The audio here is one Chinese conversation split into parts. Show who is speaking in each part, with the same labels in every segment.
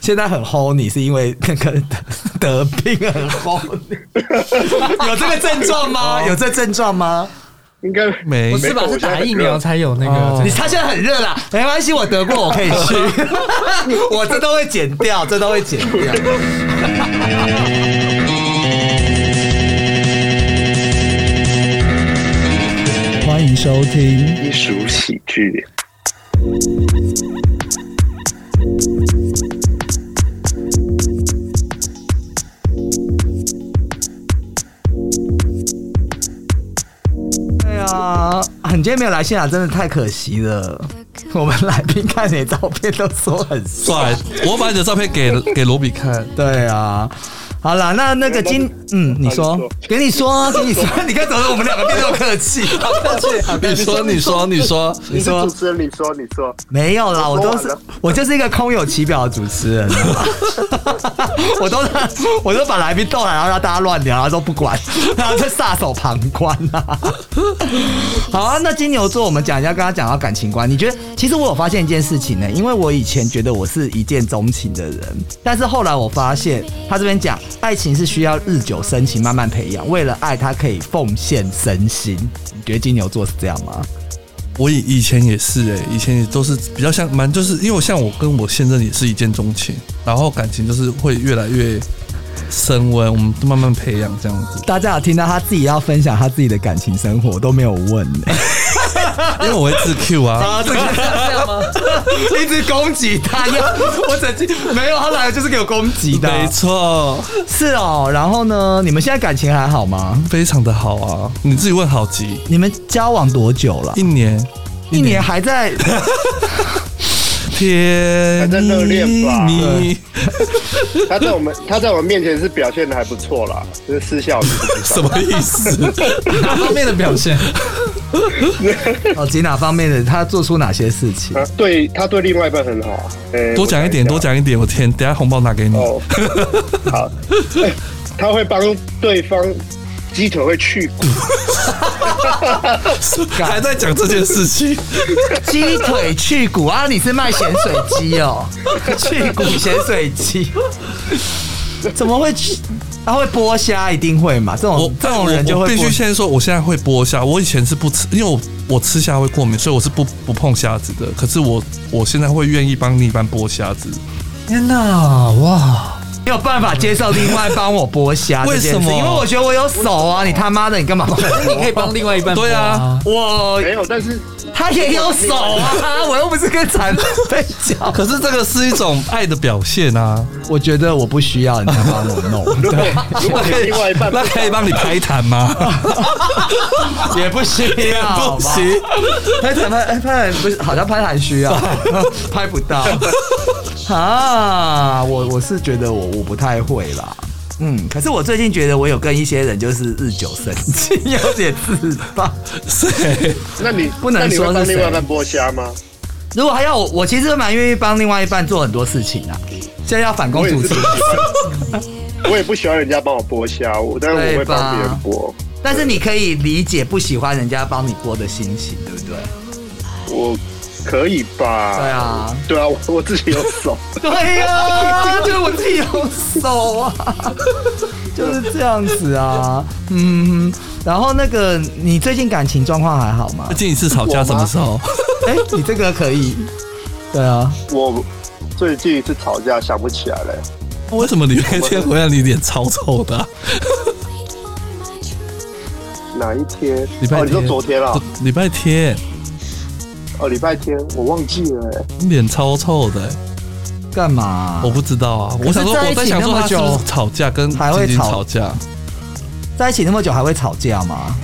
Speaker 1: 现在很齁你是因为那个得得病很齁你，有这个症状
Speaker 2: 哦
Speaker 1: 吗？有这症状吗？
Speaker 3: 应该
Speaker 2: 没
Speaker 4: 不是
Speaker 3: 没
Speaker 4: 吧？
Speaker 3: 有
Speaker 4: 是
Speaker 3: 我现在
Speaker 4: 打
Speaker 3: 很
Speaker 4: 疫苗
Speaker 3: 热
Speaker 4: 才有那
Speaker 2: 哦
Speaker 4: 个
Speaker 1: 你，他现在很热啦，没关系，我得过，我可以 去，我这都会剪掉，这都会剪掉。
Speaker 2: 欢迎收听，
Speaker 3: 艺术喜剧，
Speaker 1: 对啊，很今天没有来现场，真的太可惜了。我们来宾看你的照片都说很帅。
Speaker 2: 帅！我把你的照片给给罗比看，
Speaker 1: 对啊，好啦，那那个今嗯，你说，给你说啊，给你说， 你看怎么我们两个变那么客 气？好客气，
Speaker 2: 你说，你说，你说，
Speaker 1: 你说
Speaker 3: 主持人，你说，你说，
Speaker 1: 没有啦，我
Speaker 3: 我说
Speaker 1: 都
Speaker 3: 完
Speaker 1: 是
Speaker 3: 了
Speaker 1: 我就是一个空有其表的主持人啊，我都我都把来宾逗来，然后让大家乱聊，然后都不管， 然后就撒手旁观啊。 好啊，那金牛座我们讲一下，刚刚讲到感情观，你觉得其实我有发现一件事情呢、因为我以前觉得我是一见钟情的人，但是后来我发现他这边讲，爱情是需要日久生情，慢慢培养，为了爱他可以奉献身心。你觉得金牛座是这样吗？
Speaker 2: 我以以前也是哎、以前也都是比较像蛮，就是因为我像我跟我现任也是一见钟情，然后感情就是会越来越升温，我们慢慢培养这样子。
Speaker 1: 大家有听到他自己要分享他自己的感情生活，都没有问、
Speaker 2: 因为我会自 Q 啊，
Speaker 1: 一直攻击他，要我整句没有，他来了就是给我攻击的，
Speaker 2: 没错，
Speaker 1: 是哦。然后呢，你们现在感情还好吗？
Speaker 2: 非常的好啊。你自己问好极，
Speaker 1: 你们交往多久了
Speaker 2: 一？年
Speaker 1: 一年啊还在，
Speaker 2: 天，
Speaker 3: 还在热恋吧
Speaker 2: 你
Speaker 3: 他在我们他在我们面前是表现的还不错啦，就是私下我是不知道
Speaker 2: 什么意思？
Speaker 4: 哪方面的表现？
Speaker 1: 哦，及哪方面的？他做出哪些事情？
Speaker 3: 啊对他对另外一半很好啊，诶
Speaker 2: 多讲一点，多。讲一点，我天，等一下红包拿给你。
Speaker 3: 我想一下哦， 好，诶他会帮对方鸡腿会去骨，
Speaker 2: 还在讲这件事情，
Speaker 1: 鸡腿去骨啊！你是卖咸水鸡 哦，去骨咸水鸡，怎么会去？他、会剥虾，一定会哦嘛？这
Speaker 2: 我
Speaker 1: 种这种人就
Speaker 2: 我
Speaker 1: 会
Speaker 2: 必须
Speaker 1: 剥
Speaker 2: 先说，我现在会剥虾。我以前是不吃，因为我我吃虾会过敏，所以我是不不碰虾子的。可是我我现在会愿意帮另一半剥虾子，
Speaker 4: 天哪，哇！
Speaker 1: 没有办法接受另外帮我剥虾这件事，
Speaker 2: 为什么
Speaker 1: 因为我觉得我有手啊！你他妈的，你干嘛帮 我？
Speaker 4: 你可以帮另外一半
Speaker 2: 对啊，
Speaker 1: 我
Speaker 3: 没有，但是
Speaker 1: 他也有手啊，我又不是跟残废讲。
Speaker 2: 可是这个是一种爱的表现啊。
Speaker 1: 我觉得我不需要你帮我弄，
Speaker 3: 如果如果
Speaker 2: 那
Speaker 3: 你
Speaker 2: 可以
Speaker 3: 另外一半
Speaker 2: 那可以帮你排痰吗？
Speaker 1: 也不需要，
Speaker 2: 不。行，
Speaker 1: 拍坦拍哎拍不是，好像拍还需要， 拍不到 啊。我我是觉得我我不太会啦。嗯，可是我最近觉得我有跟一些人就是日久生情，有点自爆。
Speaker 2: 谁？
Speaker 3: 那你
Speaker 1: 不能
Speaker 3: 那你
Speaker 1: 说
Speaker 3: 会帮
Speaker 1: 是
Speaker 3: 另外
Speaker 1: 谁
Speaker 3: 一半剥虾吗？
Speaker 1: 如果还要我，我其实蛮愿意帮另外一半做很多事情啊。现在要反攻
Speaker 3: 我也
Speaker 1: 主
Speaker 3: 是
Speaker 1: 持
Speaker 3: 不喜，欢，我也不喜欢人家帮我剥虾，我但是我会帮别人剥。
Speaker 1: 但是你可以理解不喜欢人家帮你播的心情，对不对？
Speaker 3: 我可以吧？
Speaker 1: 对，啊，
Speaker 3: 对啊，我我自己有手，
Speaker 1: 对呀、 啊，就是我自己有手啊， 就是这样子啊，嗯。然后那个，你最近感情状况还好 吗
Speaker 2: 最？近一次吵架什么时候？
Speaker 1: 哎、你这个可以，对啊，
Speaker 3: 我最近一次吵架想不起来了。
Speaker 2: 为什么你那天回来你脸超臭的啊、
Speaker 3: 哪一天？
Speaker 2: 礼拜
Speaker 3: 哦，你说
Speaker 2: 天？
Speaker 3: 昨天啊？
Speaker 2: 礼拜天，
Speaker 3: 哦，礼拜天，我忘记了、欸。
Speaker 2: 你脸超臭的欸、
Speaker 1: 干嘛、
Speaker 4: 哦
Speaker 2: 我不知道啊。
Speaker 1: 是
Speaker 2: 我想说，
Speaker 1: 在一
Speaker 2: 我
Speaker 1: 起
Speaker 2: 在想说
Speaker 1: 那么
Speaker 2: 他是不
Speaker 1: 久
Speaker 2: 是吵架跟
Speaker 1: 还会
Speaker 2: 晶晶
Speaker 1: 吵
Speaker 2: 吵架？
Speaker 1: 在一起那么久还会吵架吗？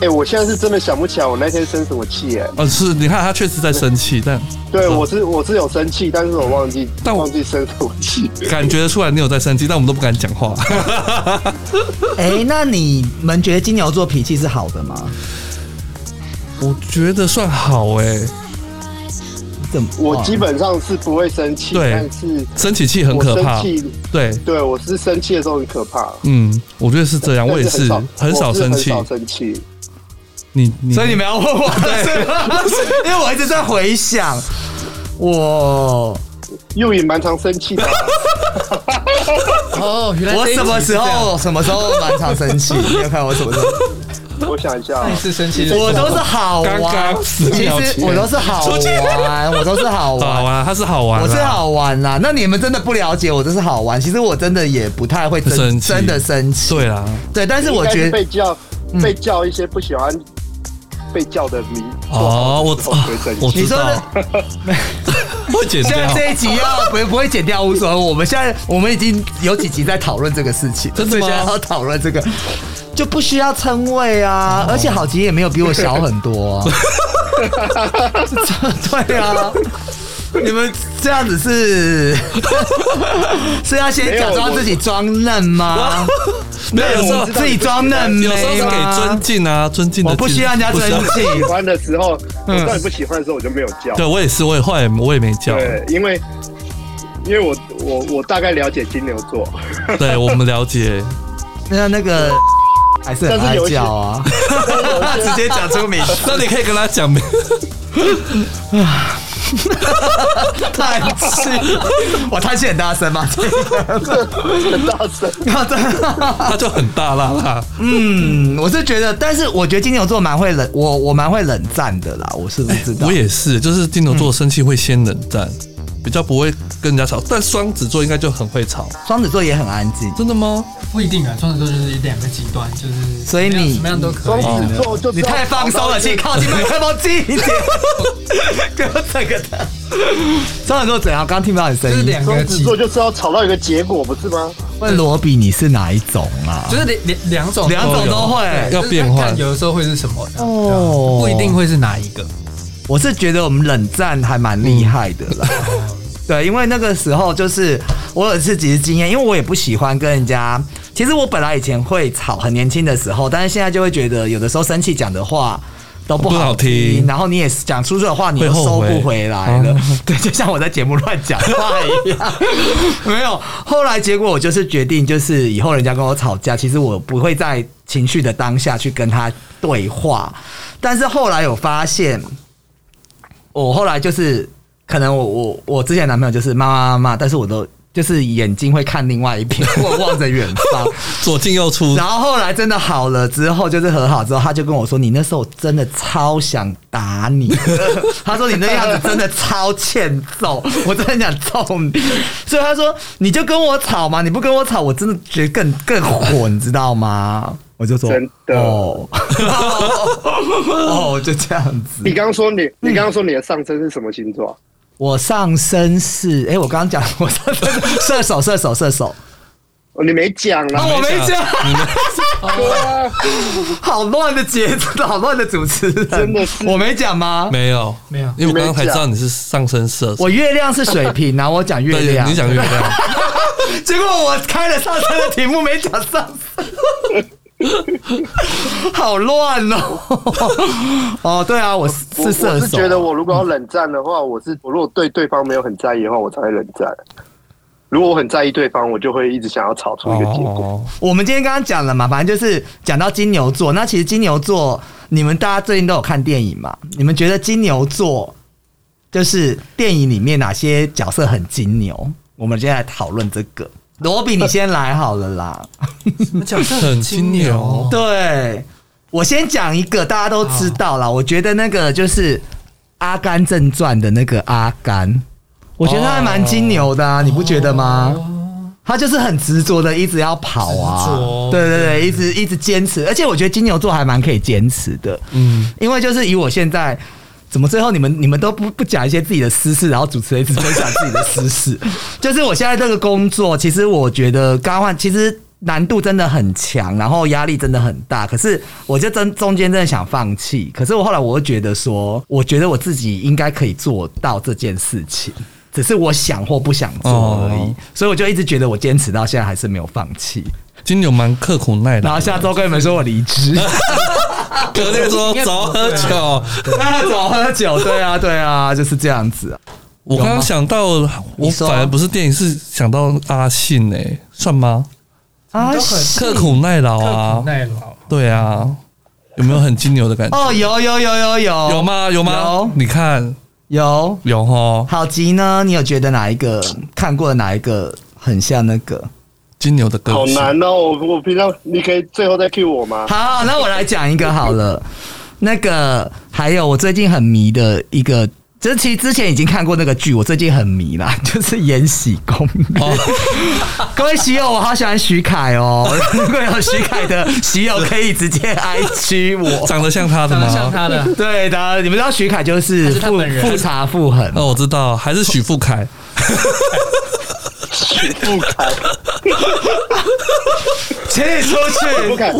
Speaker 3: 哎、我现在是真的想不起来我那天生什么气哎、
Speaker 2: 呃，是，你看他确实在生气，但
Speaker 3: 对，我是我是有生气，但是我忘记
Speaker 2: 啊但我
Speaker 3: 忘记生什么 气。
Speaker 2: 感觉得出来你有在生气，但我们都不敢讲 话。
Speaker 1: 哎、那你们觉得金牛座脾气是好的吗？
Speaker 2: 我觉得算好哎、
Speaker 1: 怎么？
Speaker 3: 我
Speaker 1: 哦
Speaker 3: 基本上是不会生气，
Speaker 2: 对
Speaker 3: 但是
Speaker 2: 生起气很
Speaker 3: 我
Speaker 2: 可
Speaker 3: 生
Speaker 2: 怕。
Speaker 3: 气，
Speaker 2: 对，
Speaker 3: 对我是生气的时候很可怕。
Speaker 2: 嗯，我觉得是这样，我也
Speaker 3: 但是
Speaker 2: 是很少
Speaker 3: 我是
Speaker 2: 生气
Speaker 3: 很。少生气。
Speaker 2: 你你
Speaker 1: 所以你们要问我，对，因为我一直在回想，我
Speaker 3: 又也蛮常生气 的啊，
Speaker 4: 哦，原来
Speaker 1: 我
Speaker 4: 这一集
Speaker 1: 什么
Speaker 4: 是
Speaker 1: 时
Speaker 4: 这样
Speaker 1: 候什么时候满场生 气？你有看我什么时候？
Speaker 3: 我想一下啊
Speaker 4: 上一，次生气的时候，
Speaker 1: 我都是好玩，
Speaker 2: 刚刚十
Speaker 1: 其
Speaker 2: 秒
Speaker 1: 实
Speaker 2: 前
Speaker 1: 我都是好
Speaker 2: 出去
Speaker 1: 玩，我都是好
Speaker 2: 好
Speaker 1: 玩。
Speaker 2: 玩，啊它是好玩，
Speaker 1: 我是，好玩啦，那你们真的不了解我，这是好玩。其实我真的也不太会真
Speaker 2: 生气
Speaker 1: 真的生气，
Speaker 2: 对啊啦，
Speaker 1: 对。但是我
Speaker 3: 应该
Speaker 1: 觉得
Speaker 3: 被叫
Speaker 2: 嗯
Speaker 3: 被叫一些不喜欢被叫的迷
Speaker 2: 哦，我
Speaker 3: 做好的时候会生气
Speaker 2: 我
Speaker 1: 你
Speaker 2: 知
Speaker 1: 说
Speaker 2: 道
Speaker 1: 的，
Speaker 2: 会剪
Speaker 1: 现在
Speaker 2: 掉，
Speaker 1: 这一集要不不会剪掉无所谓。我们现在我们已经有几集在讨论这个事情，
Speaker 2: 真的
Speaker 1: 所以
Speaker 2: 吗
Speaker 1: 现在要讨论这个就不需要称谓啊，而且好奇也没有比我小很多 啊。对啊，你们这样子是 是要先假装自己装嫩吗？
Speaker 2: 没有有时候
Speaker 1: 自己装嫩没
Speaker 2: 有时候是给尊敬啊，尊敬的
Speaker 1: 我
Speaker 2: 敬，
Speaker 1: 不需要人家
Speaker 2: 不
Speaker 1: 尊
Speaker 2: 需要
Speaker 1: 敬
Speaker 3: 喜。欢的时候，
Speaker 1: 嗯
Speaker 3: 我知道你不喜欢的时候，我就没有叫。
Speaker 2: 对我也是，我也后来我也没叫，
Speaker 3: 对，因为因为我我我大概了解金牛 座，
Speaker 2: 对我们了解，
Speaker 1: 那那个还是很
Speaker 3: 但是
Speaker 1: 爱
Speaker 3: 有一些
Speaker 1: 叫 啊，直接讲出名字。
Speaker 2: 那你可以跟他讲，
Speaker 1: 叹气，我叹气很大声 吗？
Speaker 3: 很大声。
Speaker 2: 他就很大啦啦，
Speaker 1: 嗯，我是觉得，但是我觉得金牛座蛮会冷，我我蛮会冷战的啦，我是不知道。
Speaker 2: 我也是，就是金牛座生气会先冷战，比较不会跟人家吵，但双子座应该就很会吵，
Speaker 1: 双子座也很安静，
Speaker 2: 真的吗？
Speaker 4: 不一定啊，双子座就是两个极端，就是
Speaker 1: 所以你
Speaker 4: 什么样都
Speaker 3: 双
Speaker 4: 可以。
Speaker 3: 子座就
Speaker 1: 哦你太放松了，请靠近麦克风近一点， 给我整个的。双子座怎样？刚听不到你声
Speaker 4: 就是
Speaker 1: 音。
Speaker 4: 两个
Speaker 3: 双子
Speaker 4: 极，
Speaker 3: 座就是要吵到一个结果，不是吗？
Speaker 1: 问罗比你是哪一种啊？
Speaker 4: 就是两两两种，
Speaker 1: 两种都会
Speaker 4: 对
Speaker 2: 要
Speaker 4: 就是
Speaker 2: 变换
Speaker 4: 看有的时候会是什么的，
Speaker 1: 哦
Speaker 4: 不一定。会是哪一个。
Speaker 1: 我是觉得我们冷战还蛮厉害的 啦。对，因为那个时候就是我有自己的经验，因为我也不喜欢跟人家。其实我本来以前会吵，很年轻的时候，但是现在就会觉得有的时候生气讲的话。都不
Speaker 2: 不好
Speaker 1: 好
Speaker 2: 听
Speaker 1: 听，然后你也是讲出去的话，你又
Speaker 2: 会后
Speaker 1: 收
Speaker 2: 悔嗯
Speaker 1: 不回来了。 对，就像我在节目乱讲话一样，没有。后来结果我就是决定，就是以后人家跟我吵架，其实我不会在情绪的当下去跟他对话。但是后来有发现，我后来就是可能我我我之前男朋友就是骂骂骂骂，但是我都就是眼睛会看另外一边， 我望着远方。
Speaker 2: 左进 右出
Speaker 1: 然，后后来真的好了之后，就是和好之后，他就跟我说：“你那时候真的超想打你。” 他说：“你那样子真的超欠揍，我真的很想揍你。”所以他说：“你就跟我吵嘛，你不跟我吵，我真的觉得更更火，你知道吗？”我就说：“
Speaker 3: 真的
Speaker 1: 哦， 哦，就这样子。”
Speaker 3: 你刚刚说你，
Speaker 1: 嗯
Speaker 3: 你刚刚说你的上升是什么星座啊？
Speaker 1: 我上身是，哎、我刚刚讲我上身是射手，射手，射手，
Speaker 3: 哦，你没讲
Speaker 1: 啊，
Speaker 3: 啦。
Speaker 1: 我没讲，
Speaker 3: 对啊，
Speaker 1: 好乱的节奏，好乱的主持人，
Speaker 3: 真的是
Speaker 1: 我没讲吗？
Speaker 2: 没有
Speaker 4: 没有
Speaker 2: 因为我刚刚才知道你是上升射手，
Speaker 1: 我月亮是水瓶， 然后我讲月
Speaker 2: 对，
Speaker 1: 亮，
Speaker 2: 你讲月亮，
Speaker 1: 结果我开了上身的题目没讲上身，好乱哦！ 哦，对啊，我是
Speaker 3: 我
Speaker 1: 是射
Speaker 3: 我
Speaker 1: 手，
Speaker 3: 是觉得我如果要冷战的话，我是我如果对对方没有很在意的话，我才会冷战。如果我很在意对方，我就会一直想要吵出一个结果。
Speaker 2: 哦，
Speaker 1: 我们今天刚刚讲了嘛，反正就是讲到金牛座。那其实金牛座，你们大家最近都有看电影嘛？你们觉得金牛座就是电影里面哪些角色很金牛？我们今天来讨论这个。罗比，你先来好了啦。
Speaker 4: 你们讲这
Speaker 2: 很金
Speaker 1: 哦
Speaker 2: 牛
Speaker 1: 对，我先讲一个大家都知道啦。我觉得那个就是《阿甘正传》的那个阿甘，我觉得他还蛮金牛的啊，你不觉得吗？他就是很执着的，一直要跑
Speaker 4: 执
Speaker 1: 啊
Speaker 4: 着，
Speaker 1: 对对对，一直一直坚持，而且我觉得金牛座还蛮可以坚持的，
Speaker 2: 嗯，
Speaker 1: 因为就是以我现在。怎么最后你们你们都不不讲一些自己的私事，然后主持人一直分享自己的私事？就是我现在这个工作，其实我觉得刚换，其实难度真的很强，然后压力真的很大。可是我就真中间真的想放弃，可是我后来我又觉得说，我觉得我自己应该可以做到这件事情，只是我想或不想做而已。
Speaker 2: 哦
Speaker 1: 所以我就一直觉得我坚持到现在还是没有放弃。
Speaker 2: 金牛蛮刻苦耐
Speaker 1: 然后
Speaker 2: 劳，
Speaker 1: 下周跟你们说我离 职。
Speaker 2: 隔天说走喝酒。
Speaker 1: 那哎怎么喝酒？对啊，对啊，就是这样子、啊。
Speaker 2: 我刚
Speaker 1: 有
Speaker 2: 刚
Speaker 1: 吗
Speaker 2: 想到，我
Speaker 1: 你说
Speaker 2: 反而不是电影，是想到阿信诶、算吗？
Speaker 1: 啊
Speaker 4: 你都很
Speaker 2: 刻苦耐劳
Speaker 4: 刻
Speaker 2: 啊
Speaker 4: 苦，耐劳，
Speaker 2: 对啊，有没有很金牛的感觉？
Speaker 1: 哦哦，有有有有有
Speaker 2: 有？吗？有吗
Speaker 1: 有？
Speaker 2: 你看，
Speaker 1: 有
Speaker 2: 有哦哈，
Speaker 1: 好吉呢？你有觉得哪一个看过的哪一个很像那个？
Speaker 2: 金牛的歌
Speaker 3: 好难哦！我我平常你可以最后再 cue 我吗？
Speaker 1: 好，那我来讲一个好了。那个还有我最近很迷的一个，就是其实之前已经看过那个剧，我最近很迷啦， 就是《延禧攻略》 各位喜友，我好喜欢徐凯哦！ 如果有徐凯的喜友，可以直接 IG 我。
Speaker 2: 长得像他的
Speaker 4: 长
Speaker 2: 吗
Speaker 4: 得？像他的，
Speaker 1: 对的，你们知道徐凯就是
Speaker 4: 他是他
Speaker 1: 富
Speaker 4: 本人
Speaker 1: 富察傅恒，
Speaker 2: 哦，我知道，还是许富凯。
Speaker 3: 许富凯，
Speaker 1: 请你出
Speaker 3: 许
Speaker 1: 去。
Speaker 3: 富 凯，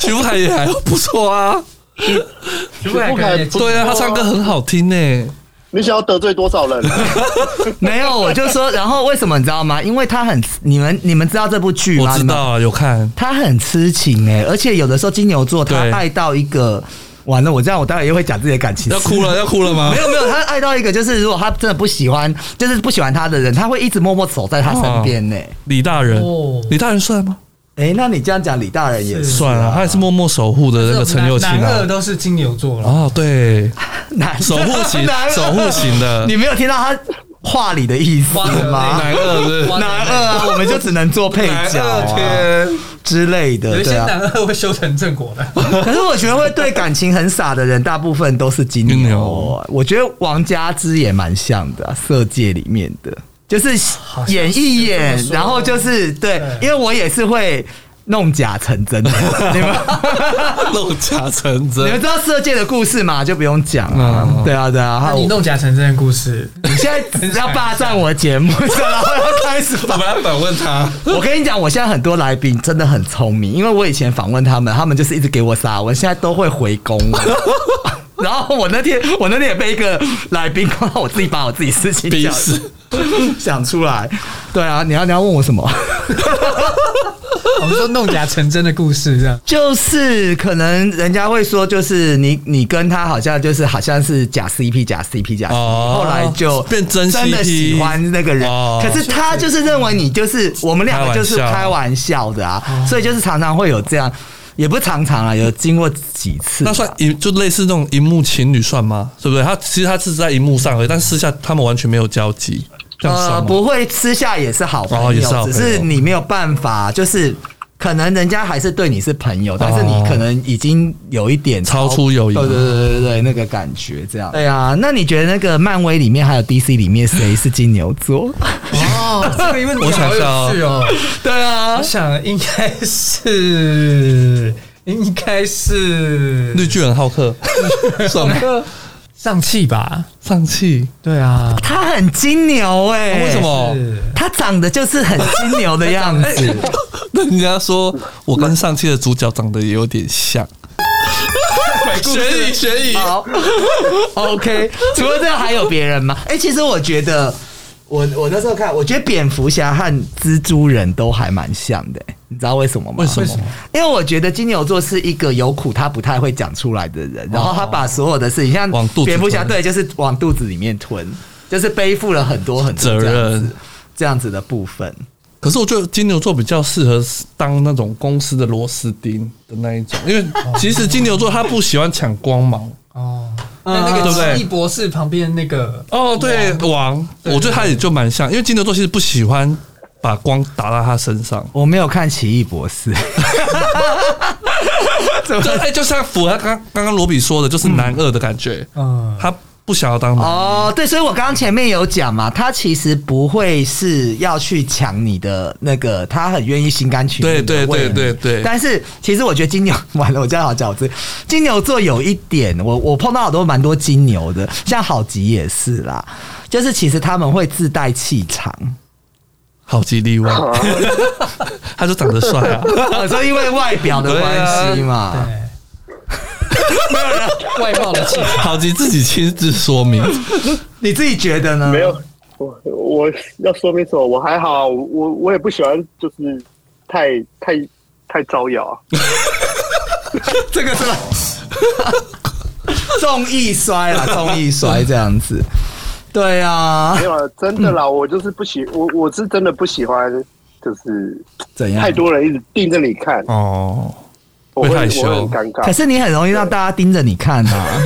Speaker 2: 徐富凯也还不错啊，
Speaker 4: 徐富凯可能也
Speaker 3: 不
Speaker 2: 对啊，他唱歌很好听欸呢、
Speaker 3: 你想要得罪多少人？
Speaker 1: 没有，我就说，然后为什么你知道吗？因为他很，你们你们知道这部剧
Speaker 2: 我
Speaker 1: 吗？
Speaker 2: 知
Speaker 1: 你们
Speaker 2: 道啊，有看，
Speaker 1: 他很痴情哎、而且有的时候金牛座他
Speaker 2: 对
Speaker 1: 爱到一个，完了，我这样我当然也会讲自己的感情
Speaker 2: 要
Speaker 1: 史
Speaker 2: 哭了，要哭了吗
Speaker 1: 没？有没有，他爱到一个就是如果他真的不喜欢，就是不喜欢他的人，他会一直默默守在他身边呢、
Speaker 2: 李大人
Speaker 4: 哦，
Speaker 2: 李大人帅吗？
Speaker 1: 哎、那你这样讲，李大人也是
Speaker 2: 帅啊，他也是默默守护的那个陈友清
Speaker 4: 男二
Speaker 2: 啊。
Speaker 4: 都是金牛座了，
Speaker 2: 哦，对，
Speaker 1: 男
Speaker 2: 守护 型
Speaker 1: 男，二啊
Speaker 2: 守护型的
Speaker 1: 你没有听到他话里的意思
Speaker 4: 哇
Speaker 1: 吗？
Speaker 2: 男二是
Speaker 4: 哇
Speaker 1: 男二啊，我们就只能做配角、啊、之类
Speaker 4: 有
Speaker 1: 的，
Speaker 4: 一些
Speaker 1: 对啊。
Speaker 4: 男二会修成正果的，
Speaker 1: 可是我觉得会对感情很傻的人，大部分都是金
Speaker 2: 金
Speaker 1: 牛
Speaker 2: 牛。
Speaker 1: 我觉得王佳芝也蛮像的啊、色戒里面的，就是
Speaker 4: 像是
Speaker 1: 演一演
Speaker 4: 这么，说
Speaker 1: 然后就是对
Speaker 4: 对，
Speaker 1: 因为我也是会弄假成真的。 你们
Speaker 2: 弄假成
Speaker 1: 你们
Speaker 2: 真。
Speaker 1: 知道色戒的故事嘛？就不用讲了
Speaker 2: 嗯。
Speaker 1: 对啊，对啊。
Speaker 4: 那
Speaker 1: 好
Speaker 4: 你弄假成真的故事，
Speaker 1: 你现在只要霸占我节 目，然后要开始
Speaker 2: 我们来反问他，
Speaker 1: 我跟你讲，我现在很多来宾真的很聪明，因为我以前访问他们，他们就是一直给我撒文，现在都会回攻我。然后我那天，我那天也被一个来宾夸，我自己把我自己事情
Speaker 2: 逼
Speaker 1: 讲
Speaker 2: 死
Speaker 1: 想出来。对啊，你要你要问我什么？
Speaker 4: 我们说弄假成真的故事这样。
Speaker 1: 就是可能人家会说，就是你你跟他好像就是好像是假 CP 假 CP 假 CP，、
Speaker 2: 哦
Speaker 1: 后来就
Speaker 2: 变真 CP
Speaker 1: 真的喜欢那个人，
Speaker 2: 哦
Speaker 1: 可是他就是认为你就是我们两个就是
Speaker 2: 开
Speaker 1: 开
Speaker 2: 玩
Speaker 1: 玩笑的啊，
Speaker 2: 哦
Speaker 1: 所以就是常常会有这样，也不是常常啊，有经过几次。
Speaker 2: 那算荧就类似那种荧幕情侣算吗？对不对？他其实他是在荧幕上而已，但私下他们完全没有交集，这样
Speaker 1: 呃，
Speaker 2: 算吗？
Speaker 1: 不会私下也是好朋友，
Speaker 2: 哦也是好
Speaker 1: 只
Speaker 2: 朋友
Speaker 1: 是你没有办法，就是可能人家还是对你是朋友，但是你可能已经有一点
Speaker 2: 哦超出友谊
Speaker 1: 对对对对对，那个感觉这样。对啊，那你觉得那个漫威里面还有 DC 里面谁是金牛 座？
Speaker 4: 哦，这个问
Speaker 2: 题好有趣
Speaker 4: 哦。
Speaker 1: 对啊
Speaker 4: 我，想应该是，应该是
Speaker 2: 绿巨人浩 克，算吗？
Speaker 4: 上气吧？
Speaker 2: 上气，
Speaker 4: 对啊，
Speaker 1: 他很金牛哎、
Speaker 2: 哦为什？么？
Speaker 4: 是
Speaker 1: 他长得就是很金牛的样 子，
Speaker 2: 那人家说我跟上期的主角长得也有点像， 悬 疑悬疑
Speaker 1: 好，OK。除了这个还有别人吗？哎、其实我觉得，我我那时候看，我觉得蝙蝠侠和蜘蛛人都还蛮像的、哎你知道为什么吗？
Speaker 2: 为什么？
Speaker 1: 因为我觉得金牛座是一个有苦他不太会讲出来的人，然后他把所有的事情像
Speaker 2: 往肚子
Speaker 1: 蝙蝠侠
Speaker 2: 吞
Speaker 1: 对，就是往肚子里面吞，就是背负了很多很多
Speaker 2: 责
Speaker 1: 这样
Speaker 2: 任
Speaker 1: 子这样子的部分。
Speaker 2: 可是我觉得金牛座比较适合当那种公司的螺丝钉的那一种，因为其实金牛座他不喜欢抢光芒。
Speaker 4: 哦，那那
Speaker 2: 对不
Speaker 4: 个
Speaker 2: 对
Speaker 4: 奇异博士旁边那个
Speaker 2: 哦，对，王，我觉得他也就蛮像，因为金牛座其实不喜欢把光打到他身上，
Speaker 1: 我没有看《奇异博士》怎么
Speaker 2: 就哎，就像符合刚刚刚罗比说的，就是男二的感觉，
Speaker 4: 嗯，
Speaker 2: 他不想要当男。
Speaker 1: 哦，对，所以我刚刚前面有讲嘛，他其实不会是要去抢你的那个，他很愿意心甘情愿地
Speaker 2: 对对
Speaker 1: 为你
Speaker 2: 对对对
Speaker 1: 但是其实我觉得金牛完了，我这样好饺子，金牛座有一点，我我碰到好多蛮多金牛的，像郝吉也是啦，就是其实他们会自带气场，
Speaker 2: 好极例外，他就长得帅啊，
Speaker 1: 我说因为外表的关系嘛。
Speaker 4: 对，哎外貌 的气场，
Speaker 2: 好极自己亲自说明。
Speaker 1: 你自己觉得呢？
Speaker 3: 没有，我我要说明什么？我还好啊，我我我也不喜欢，就是太太太招摇啊。
Speaker 1: 这个是吧重易摔 啦，重易摔这样子。对啊
Speaker 3: 没，有啊，真的啦，我就是不喜，我我是真的不喜欢，就是
Speaker 1: 怎样？
Speaker 3: 太多人一直盯着你看，
Speaker 2: 哦，
Speaker 3: 我会
Speaker 2: 会害
Speaker 3: 我
Speaker 2: 羞
Speaker 3: 会很尴
Speaker 1: 可
Speaker 3: 尬。
Speaker 1: 是你很容易让大家盯着你看啊。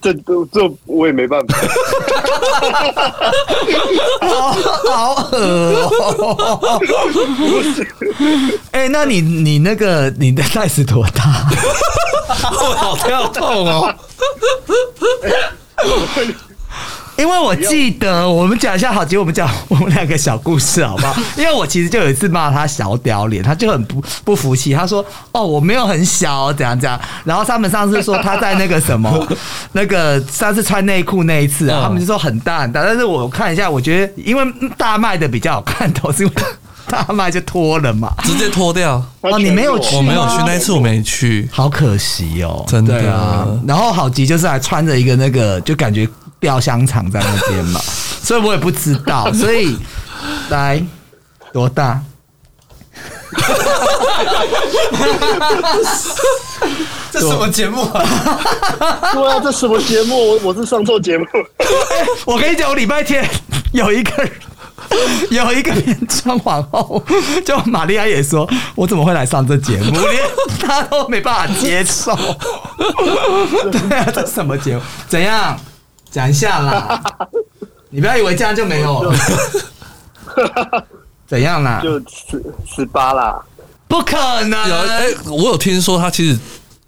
Speaker 3: 这这这我也没办法。
Speaker 1: 好 好恶哦！哎、那你你那个你的 size 多大？
Speaker 2: 我好跳痛哦！
Speaker 1: 因为我记得我们讲一下好，结果我们讲我们两个小故事好不好？因为我其实就有一次骂他小屌脸，他就很不不服气，他说：“哦，我没有很小哦，怎样怎样。”然后他们上次说他在那个什么那个上次穿内裤那一次啊，
Speaker 2: 嗯
Speaker 1: 他们就说很大很大，但是我看一下，我觉得因为大麦的比较好看头，是因为大麦就脱了嘛。
Speaker 2: 直接脱掉，
Speaker 1: 哦你没有去
Speaker 2: 我没有去
Speaker 1: 吗
Speaker 2: 那一次，我没去。
Speaker 1: 好可惜哦，
Speaker 2: 真的
Speaker 1: 对啊。然后郝吉就是还穿着一个那个，就感觉吊香肠在那边 嘛，所以我也不知道。所以来多 大？
Speaker 4: 这什么节目啊？
Speaker 3: 对啊，这什么节目？我我是上错节目，
Speaker 1: 我跟你讲，我礼拜天有一个人。有一个变装皇后，就玛利亚也说：“我怎么会来上这节目？ 连她都没办法接 受。”对啊，这什么节目？怎样？讲一下啦！你不要以为这样就没有 了。怎样啦？
Speaker 3: 就十十八啦。
Speaker 1: 不可能！
Speaker 2: 有哎、我有听说他其实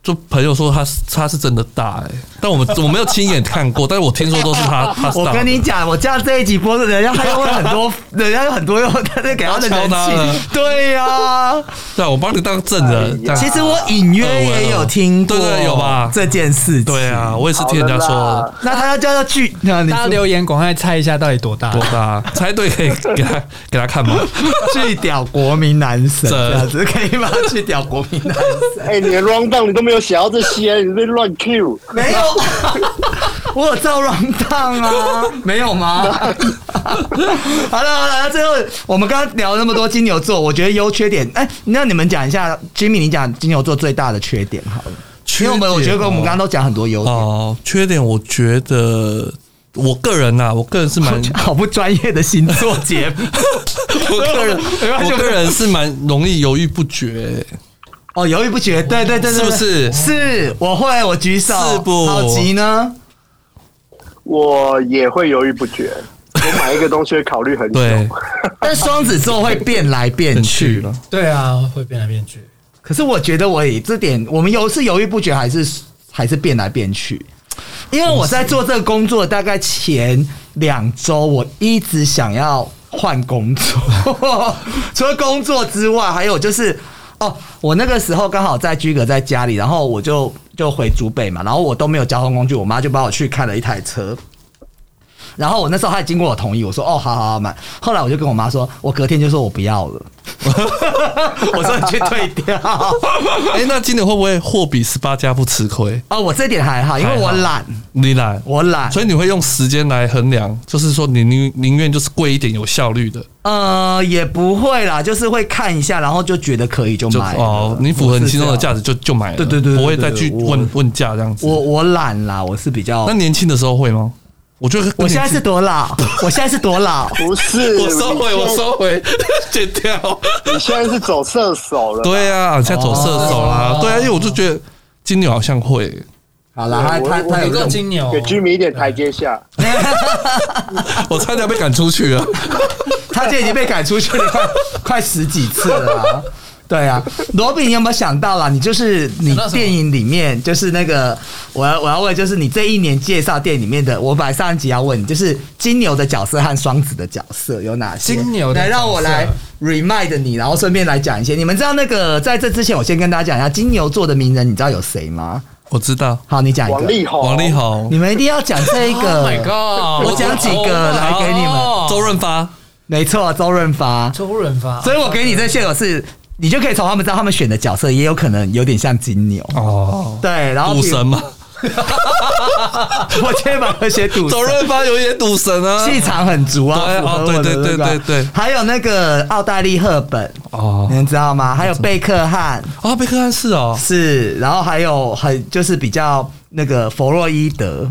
Speaker 2: 就朋友说他是他是真的大哎、但我们我没有亲眼看过，但是我听说都是他他是
Speaker 1: 我
Speaker 2: 大的
Speaker 1: 跟你讲，我这样这一集播的，人家还有很 多，人家有很多又他在给他的人
Speaker 2: 敲他了
Speaker 1: 气。对呀、
Speaker 2: 对啊，我帮你当证人。啊
Speaker 3: 哎呀
Speaker 1: 其实我隐约也有听过，
Speaker 2: 对对有吧
Speaker 1: 这件事情。
Speaker 2: 对啊，，我也是听人家说
Speaker 3: 好了啦
Speaker 1: 那他要叫他去，那你
Speaker 4: 大家留言赶快猜一下到底多大
Speaker 2: 多？大，猜对可以给他给他看吗？
Speaker 1: 去屌国民男神
Speaker 2: 这
Speaker 1: 这样子可以吗？去屌国民男神
Speaker 3: 哎、你的 round down 你都没有想到这些，你被乱 Q。
Speaker 1: 没有，我有照软烫啊，没有 吗？好了好了，那最后我们刚刚聊了那么多金牛座，我觉得优缺点，哎、那你们讲一下，Jimmy，你讲金牛座最大的缺点好了， 因为我们我觉得我们刚刚都讲很多优点。
Speaker 2: 哦，缺点我觉得我个人呐、我个人 是蛮，
Speaker 1: 好不专业的星座节目
Speaker 2: 我个人
Speaker 1: 没关系
Speaker 2: 我个人是蛮容易犹豫不决、
Speaker 1: 哦，犹豫不决，对对对对，
Speaker 2: 是不是
Speaker 1: 是，我会，我举手。
Speaker 2: 是不
Speaker 1: 好急呢？
Speaker 3: 我也会犹豫不决，我买一个东西会考虑很久。
Speaker 2: 对，
Speaker 1: 但双子座会变来变
Speaker 2: 很去
Speaker 1: 去。
Speaker 2: 了。
Speaker 4: 对啊，会变来变去。
Speaker 1: 可是我觉得我也这点，我们有是犹豫不决，还是还是变来变去。因为我在做这个工作，大概前两周，我一直想要换工作。 除了工作之外，还有就是，哦，我那个时候刚好在居格在家里，然后我就就回竹北嘛，然后我都没有交通工具，我妈就帮我去看了一台车。然后我那时候还经过我同意，我说哦，好好好买。后来我就跟我妈说，我隔天就说我不要了， 我说你去退掉。
Speaker 2: 哎、那今年会不会货比十八家不吃亏？
Speaker 1: 哦，我这点还好，因为我懒，
Speaker 2: 你懒，
Speaker 1: 我懒。
Speaker 2: 所以你会用时间来衡量，就是说你宁宁愿就是贵一点有效率的，
Speaker 1: 呃，也不会啦，就是会看一下，然后就觉得可以就
Speaker 2: 就
Speaker 1: 买了。
Speaker 2: 哦，你符合你心中的价
Speaker 1: 值。
Speaker 2: 值就就买了，
Speaker 1: 对对对对
Speaker 2: 不会
Speaker 1: 对
Speaker 2: 再
Speaker 1: 对
Speaker 2: 去
Speaker 1: 我
Speaker 2: 问问价这样子。
Speaker 1: 我我懒啦，我是比较
Speaker 2: 那。年轻的时候会吗？我觉得
Speaker 1: 我现在是多 老？我现在是多老？
Speaker 3: 不是，
Speaker 2: 我收回，我收回， 剪 掉。
Speaker 3: 你现在。你现在是走射手了。
Speaker 2: 对啊，现在走射手啦
Speaker 1: 哦，
Speaker 2: 对啊，因为我就觉得金牛好像会，
Speaker 1: 好啦，他
Speaker 3: 我
Speaker 1: 他
Speaker 3: 我
Speaker 1: 他有
Speaker 4: 你够
Speaker 1: 认
Speaker 4: 金牛
Speaker 3: 给，居民一点台阶下。
Speaker 2: 我差点被赶出去了。
Speaker 1: 他就已经被赶出去了，快 快十几次了啊、对啊，罗比，你有没有想到啦？你就是你
Speaker 4: 想到什么
Speaker 1: 电影里面，就是那个我要我要问，就是你这一年介绍电影里面的，我本来上一集要问你，就是金牛的角色和双子的角色有哪些？
Speaker 4: 金牛的
Speaker 1: 来让我
Speaker 4: 角色
Speaker 1: 来 remind 你，然后顺便来讲一些。你们知道那个在这之前，我先跟大家讲一下金牛座的名人，你知道有谁吗？
Speaker 2: 我知道，
Speaker 1: 好，你讲一
Speaker 3: 王
Speaker 1: 个，
Speaker 3: 力宏，
Speaker 2: 王力，宏
Speaker 1: 你、们一定要讲这一个。
Speaker 4: Oh god！
Speaker 1: 我讲几
Speaker 2: 哦
Speaker 1: 个来给你们
Speaker 2: 周润发，
Speaker 1: 没错，周润发。
Speaker 4: 周润发，
Speaker 1: 所以我给你这线索是，你就可以从他们知道他们选的角色也有可能有点像金牛。
Speaker 2: 哦，
Speaker 1: 对，然后
Speaker 2: 赌神嘛，
Speaker 1: 我今天把它写 赌神
Speaker 2: 周，润发有演赌神啊，
Speaker 1: 气场很足啊，
Speaker 2: 对
Speaker 1: 符合
Speaker 2: 哦
Speaker 1: 我的
Speaker 2: 对对对
Speaker 1: 吧
Speaker 2: 对对
Speaker 1: 还有那个奥黛丽·赫本，
Speaker 2: 哦
Speaker 1: 你，们知道吗？还有贝克汉
Speaker 2: 啊，贝克汉是哦，
Speaker 1: 是，然后还有很就是比较那个弗洛伊德，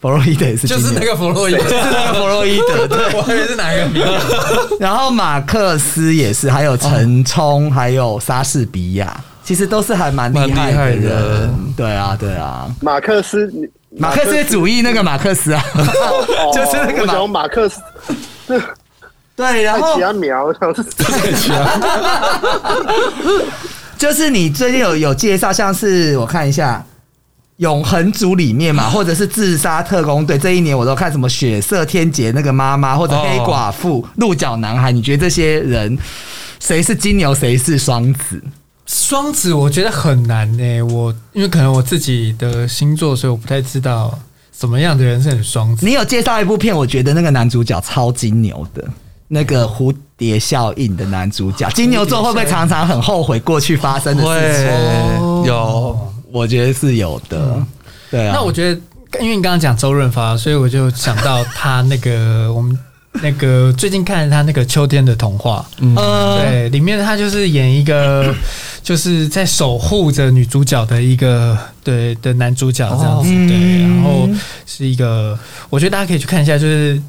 Speaker 1: 弗洛伊德也是
Speaker 4: 就是
Speaker 1: 金
Speaker 4: 那
Speaker 1: 牛
Speaker 4: 个弗洛伊德，
Speaker 1: 就是那个弗洛伊德，对。
Speaker 4: 我还以为是哪一个名 字？
Speaker 1: 然后马克思也是，还有陈冲，还有莎士比亚，其实都是还蛮
Speaker 2: 蛮
Speaker 1: 厉害
Speaker 2: 厉害
Speaker 1: 人。
Speaker 2: 的
Speaker 1: 对啊，对啊，
Speaker 3: 马克思，你
Speaker 1: 马克思主义那个马克思啊，
Speaker 3: 哦
Speaker 1: 就是那个
Speaker 3: 我
Speaker 1: 马
Speaker 3: 想说马克思，
Speaker 1: 对，然
Speaker 3: 爱
Speaker 1: 后
Speaker 3: 奇安苗，想是
Speaker 1: 就是你最近有有介绍，像是我看一下《永恒族》里面 嘛，或者是《自杀特工队》这一年我都看什么《血色天劫》那个妈妈，或者《
Speaker 2: 哦
Speaker 1: 黑寡妇》鹿角男孩》，你觉得这些人谁是金牛，谁是双子？
Speaker 4: 双子我觉得很难呢、我因为可能我自己的星座，所以我不太知道什么样的人是很双子。
Speaker 1: 你有介绍一部片，我觉得那个男主角超金牛的，那个蝴蝶效应的男主角，金牛座会不会常常很后悔过去发生的事情？
Speaker 4: 哦
Speaker 2: 会有
Speaker 1: 我觉得是有的，对啊。
Speaker 4: 那我觉得，因为你刚刚讲周润发，所以我就想到他那个我们那个最近看他那个《秋天的童话》，
Speaker 1: 呃，
Speaker 4: 对，里面他就是演一个就是在守护着女主角的一个对的男主角这样子，
Speaker 1: 哦
Speaker 4: 对，
Speaker 1: 嗯
Speaker 4: 然后是一个，我觉得大家可以去看一下，就是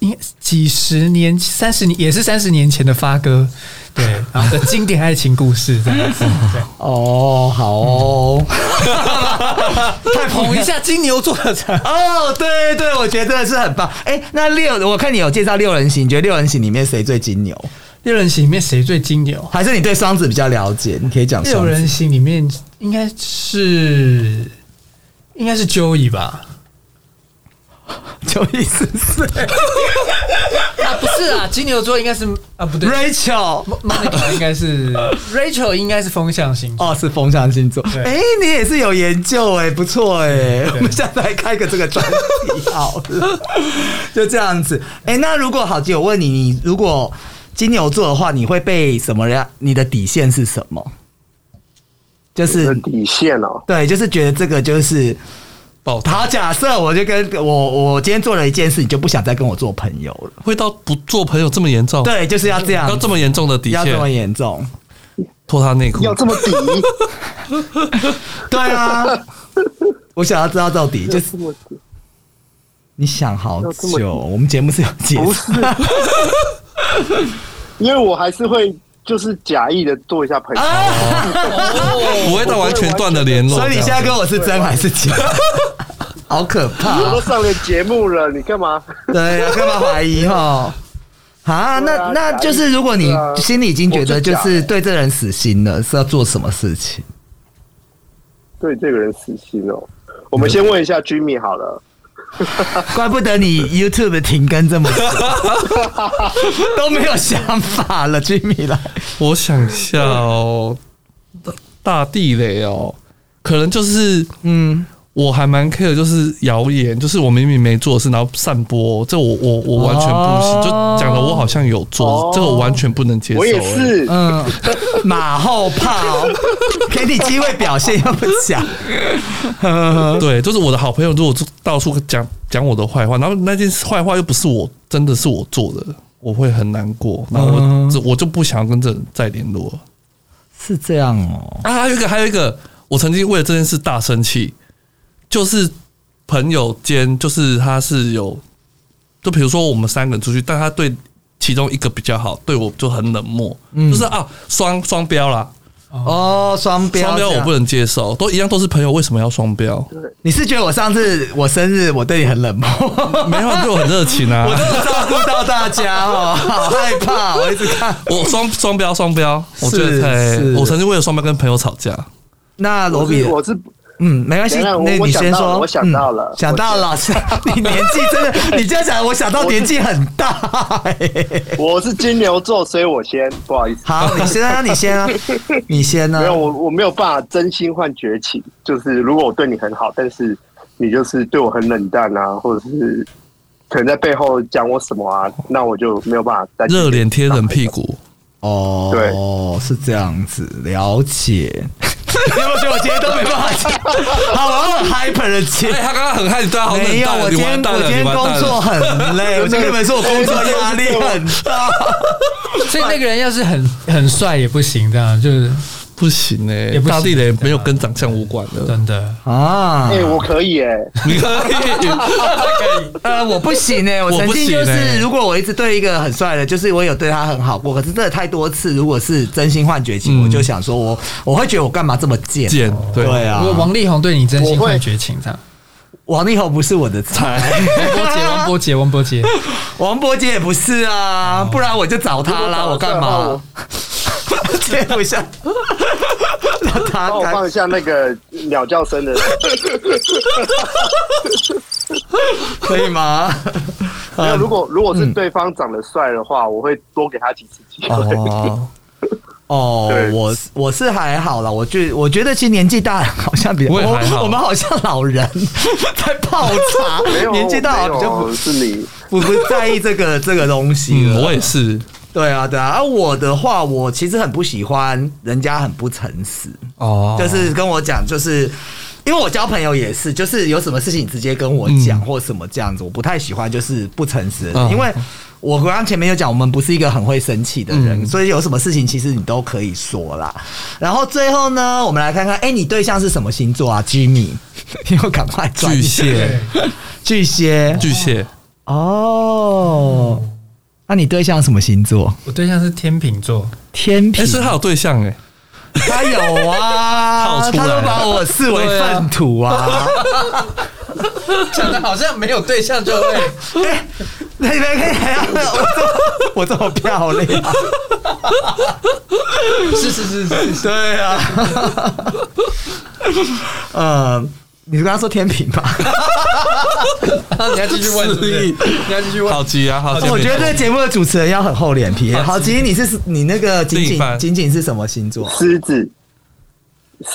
Speaker 4: 应几十年、三十年也是三十年前的发哥，对，然后的经典爱情故事这样子， 对，
Speaker 1: 哦，好 哦，太
Speaker 4: 捧一下金牛座的才
Speaker 1: 哦，对对，我觉得是很棒。哎，那六，我看你有介绍六人行，你觉得六人行里面谁最金牛？
Speaker 4: 六人行里面谁最金牛？
Speaker 1: 还是你对双子比较了解？你可以讲
Speaker 4: 六
Speaker 1: 双
Speaker 4: 人
Speaker 1: 子。
Speaker 4: 行里面应该是应该是 Joey 吧？
Speaker 1: 九一四四
Speaker 4: 啊，不是 啊，金牛座应该是啊，不对
Speaker 1: ，Rachel，
Speaker 4: Monica 应该 是 Rachel，应该是风象星座。
Speaker 1: 哦，是风象星座。
Speaker 4: 对
Speaker 1: 哎，你也是有研究哎，不错哎。我们下次来开个这个专题好了， 就这样子。哎，那如果好姐，我问你，你如果金牛座的话，你会被什么人？你的底线是什么？就是
Speaker 3: 底线哦。
Speaker 1: 对，就是觉得这个就是
Speaker 2: 爆他
Speaker 1: 好。假设我就跟我我今天做了一件事，你就不想再跟我做朋友了。
Speaker 2: 会到不做朋友这么严重？，
Speaker 1: 对，就是要这样，
Speaker 2: 哦要这么严重的底
Speaker 1: 要这么
Speaker 2: 线，
Speaker 1: 严重。
Speaker 2: 脱他内裤，
Speaker 1: 嗯
Speaker 3: 要这么 低，
Speaker 1: 对啊，我想要知道到底就是你想好
Speaker 3: 要这么
Speaker 1: 久，我们节目是有解
Speaker 3: 不
Speaker 1: 释
Speaker 3: 是，因为我还是会就是假意的做一下朋友，
Speaker 1: 啊
Speaker 2: 不会到完全断了联络。
Speaker 1: 哦所以你现在跟我是真还是假？
Speaker 3: 啊
Speaker 1: 好可 怕
Speaker 3: 我都
Speaker 1: 哦、
Speaker 3: 上了节目了，你干嘛？
Speaker 1: 对啊，干嘛怀疑哈？啊，
Speaker 3: 对
Speaker 1: 那
Speaker 3: 啊
Speaker 1: 那
Speaker 3: 假意
Speaker 1: 就是如果你
Speaker 3: 对啊
Speaker 1: 心里已经觉得
Speaker 3: 我就
Speaker 1: 就
Speaker 3: 假
Speaker 1: 是
Speaker 3: 欸
Speaker 1: 对这人死心了，是要做什么事情？
Speaker 3: 对这个人死心哦。我们先问一下 Jimmy 好了，
Speaker 1: 怪不得你 YouTube 停更这么 久，都没有想法了，Jimmy 来。
Speaker 2: 我想一下哦，大大地雷哦，可能就是
Speaker 1: 嗯，
Speaker 2: 我还蛮 care，就是谣言，就是我明明没做的事，然后散播，这我我我完全不行，
Speaker 1: 哦
Speaker 2: 就讲的我好像有做
Speaker 3: 哦，
Speaker 2: 这个我完全不能接受。
Speaker 3: 我也
Speaker 2: 哎
Speaker 3: 是，
Speaker 1: 嗯，马后炮，给你机会表现又不 讲，
Speaker 2: 对，就是我的好朋友，如果就到处讲讲我的坏话，然后那件坏话又不是我真的是我做的，我会很难过，然后我这、我就不想要跟这人再联络了
Speaker 1: 是这样哦。
Speaker 2: 啊。还有一个，还有一个，我曾经为了这件事大生气，就是朋友间，就是他是有，就比如说我们三个人出去，但他对其中一个比较好，对我就很冷漠，就是啊双双标啦，
Speaker 1: 哦，双标，
Speaker 2: 双标我不。能接受，都一样都是朋友，为什么要双标？
Speaker 1: 你是觉得我上次我生日我对你很 冷漠，
Speaker 2: 没有，你对我很热情啊，
Speaker 1: 我都有照顾到大家哦，好害怕，我一直看。
Speaker 2: 我双双标双标，我觉
Speaker 1: 是
Speaker 2: 得太
Speaker 1: 是哎
Speaker 2: 我曾经为了双标跟朋友吵架，
Speaker 1: 那罗
Speaker 3: 我
Speaker 1: 比
Speaker 3: 是，我是
Speaker 1: 嗯，没关系，
Speaker 3: 等一下
Speaker 1: 那
Speaker 3: 我
Speaker 1: 你
Speaker 3: 我想
Speaker 1: 先
Speaker 3: 到
Speaker 1: 说。
Speaker 3: 了我想到了
Speaker 1: 嗯想到了，你年纪真的， 你这样讲，我想到年纪很大、欸。
Speaker 3: 我是金牛座，所以我先不好意思，
Speaker 1: 好，你先啊，你先 啊，你先啊
Speaker 3: 没。有我我没有办法真心换绝情，就是如果我对你很好，但是你就是对我很冷淡啊，或者是可能在背后讲我什么啊，那我就没有办法再
Speaker 2: 热脸贴冷屁股，
Speaker 1: 哦，是这样子，了 解。你有没有觉得我今天都没办法讲？ 好，我要很 hyper 的
Speaker 2: 哎、
Speaker 1: 切。
Speaker 2: 他刚刚很害你，对他好冷
Speaker 1: 没有，
Speaker 2: 淡
Speaker 1: 我
Speaker 2: 了，
Speaker 1: 今
Speaker 2: 你
Speaker 1: 天
Speaker 2: 完蛋
Speaker 1: 我今
Speaker 2: 了，你
Speaker 1: 天
Speaker 2: 完
Speaker 1: 工
Speaker 2: 蛋
Speaker 1: 作
Speaker 2: 了。
Speaker 1: 很 累，我就跟你们说我工作压力很大。
Speaker 4: 哦所以那个人要是很很帅也不行，这样就是
Speaker 2: 不行哎、
Speaker 4: 也不行
Speaker 2: 大地雷没有跟长相无关的，
Speaker 4: 真的，
Speaker 1: 啊
Speaker 3: 哎、我可 以哎、
Speaker 2: 你可以，
Speaker 1: 呃，我不行呢、我
Speaker 2: 我
Speaker 1: 曾
Speaker 2: 不
Speaker 1: 经
Speaker 2: 行
Speaker 1: 就是，
Speaker 2: 欸
Speaker 1: 如果我一直对一个很帅的，就是我有对他很好过，可是真的太多次，如果是真心换绝情，
Speaker 2: 嗯
Speaker 1: 我就想说我我会觉得我干嘛这么贱？
Speaker 2: 贱对
Speaker 1: 对啊
Speaker 4: 如，果王力宏对你真心
Speaker 3: 我会
Speaker 4: 换绝情，这样，
Speaker 1: 王力宏不是我的菜，
Speaker 4: 王波杰，王波杰，王波杰，
Speaker 1: 王伯杰也不是
Speaker 2: 哦
Speaker 1: 啊，不然我就找他啦，我干嘛？ 接不下，让他
Speaker 3: 帮我
Speaker 1: 干
Speaker 3: 放一下那个鸟叫声 的，
Speaker 1: 可以吗？
Speaker 3: 没
Speaker 2: 嗯
Speaker 3: 有如果如果是对方长得帅的话，我会多给他几次机会。
Speaker 2: 哦，
Speaker 1: 哦
Speaker 3: 对，
Speaker 1: 我是我是还好啦，我觉我觉得其实年纪大了好像比较
Speaker 2: 我也还好
Speaker 1: 我们好像老人 在泡 茶
Speaker 3: 没，有，
Speaker 1: 年纪大
Speaker 3: 我
Speaker 1: 好像
Speaker 3: 没
Speaker 1: 比较
Speaker 3: 有是你，
Speaker 1: 不不不在意这个 这个东西
Speaker 2: 嗯，
Speaker 1: 了。
Speaker 2: 我也是
Speaker 1: 对啊对啊，啊我的话我其实很不喜欢人家很不诚实，
Speaker 2: 哦，
Speaker 1: 就是跟我讲就是。因为我交朋友也是，就是有什么事情直接跟我讲、或什么这样子，我不太喜欢就是不诚实的人，
Speaker 2: 嗯
Speaker 1: 因为我刚刚前面有讲，我们不是一个很会生气的人，
Speaker 2: 嗯
Speaker 1: 所以有什么事情其实你都可以说啦。然后最后呢，我们来看看，哎、你对象是什么星座啊，Jimmy？要 赶快转
Speaker 2: 巨
Speaker 1: 移，
Speaker 2: 蟹，
Speaker 1: 巨蟹，
Speaker 2: 巨蟹，
Speaker 1: 哦。那、你对象什么星座？
Speaker 4: 我对象是天秤座，
Speaker 1: 天
Speaker 2: 哎、
Speaker 1: 平。
Speaker 2: 是他有对象哎、
Speaker 1: 他有啊，
Speaker 2: 套出
Speaker 1: 他
Speaker 2: 来了
Speaker 1: 都把我视为粪土啊！
Speaker 4: 讲的好像没有对象就 会，
Speaker 1: 哎那边可以还要我这么我这么漂亮，
Speaker 4: 是是是是 是，
Speaker 1: 对啊，呃，你刚刚说天平吧？
Speaker 4: 啊你要继续问是不是，你要继续问，
Speaker 2: 好急啊，好急，
Speaker 1: 我觉得这个节目的主持人要很厚脸皮。好，
Speaker 2: 好
Speaker 1: 其实你是你那个仅
Speaker 2: 哦另一
Speaker 1: 仅
Speaker 2: 半
Speaker 1: 仅仅是什么星座？
Speaker 3: 狮子，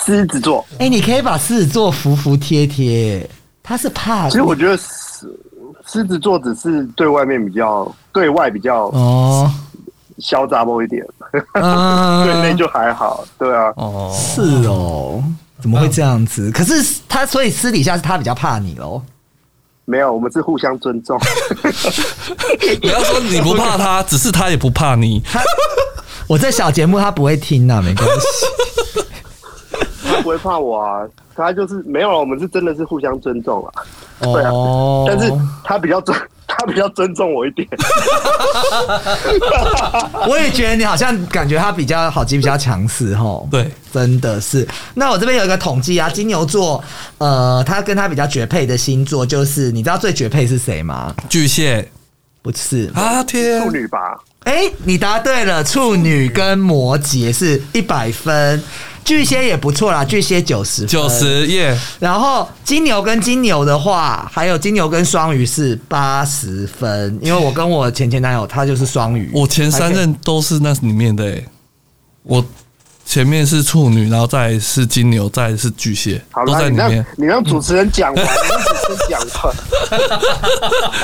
Speaker 3: 狮子座。
Speaker 1: 哎、你可以把狮子座服服帖帖，他是怕
Speaker 3: 其实我觉得狮狮子座只是对外面比较对外比较
Speaker 1: 哦，
Speaker 3: 嚣张一点，
Speaker 1: 嗯，
Speaker 3: 对内就还好。对啊，
Speaker 2: 哦，
Speaker 1: 是哦，怎么会这样子？可是他，所以私底下是他比较怕你喽。
Speaker 3: 没有，我们是互相 尊重。
Speaker 2: 不要说你不怕他，只是他也不怕你，
Speaker 1: 我这小节目他不会听啊，没关系。
Speaker 3: 他不会怕我啊，他就是没有了。我们是真的是互相尊重啊， 对啊
Speaker 1: 哦
Speaker 3: 但是他比较尊， 他比较尊重我一点。
Speaker 1: 我也觉得你好像感觉他比较好奇，比较强势吼。
Speaker 2: 对，
Speaker 1: 真的是。那我这边有一个统计啊，金牛座，呃，他跟他比较绝配的星座就是，你知道最绝配是谁吗？
Speaker 2: 巨蟹
Speaker 1: 不是，
Speaker 2: 啊，天
Speaker 3: 处，女吧，
Speaker 1: 哎、你答对了，处女跟摩羯是一百分，巨蟹也不错啦，巨蟹九十，
Speaker 2: 九。十耶，
Speaker 1: 然后金牛跟金牛的话，还有金牛跟双鱼是八十分，因为我跟我前前男友他就是双鱼，
Speaker 2: 我前三任都是那里面的、欸，我前面是处女，然后再来是金牛，再来是巨蟹，
Speaker 3: 好
Speaker 2: 都
Speaker 3: 了，
Speaker 2: 在里
Speaker 3: 你让
Speaker 2: 面。
Speaker 3: 你让主持人讲完，你让主持人讲 完。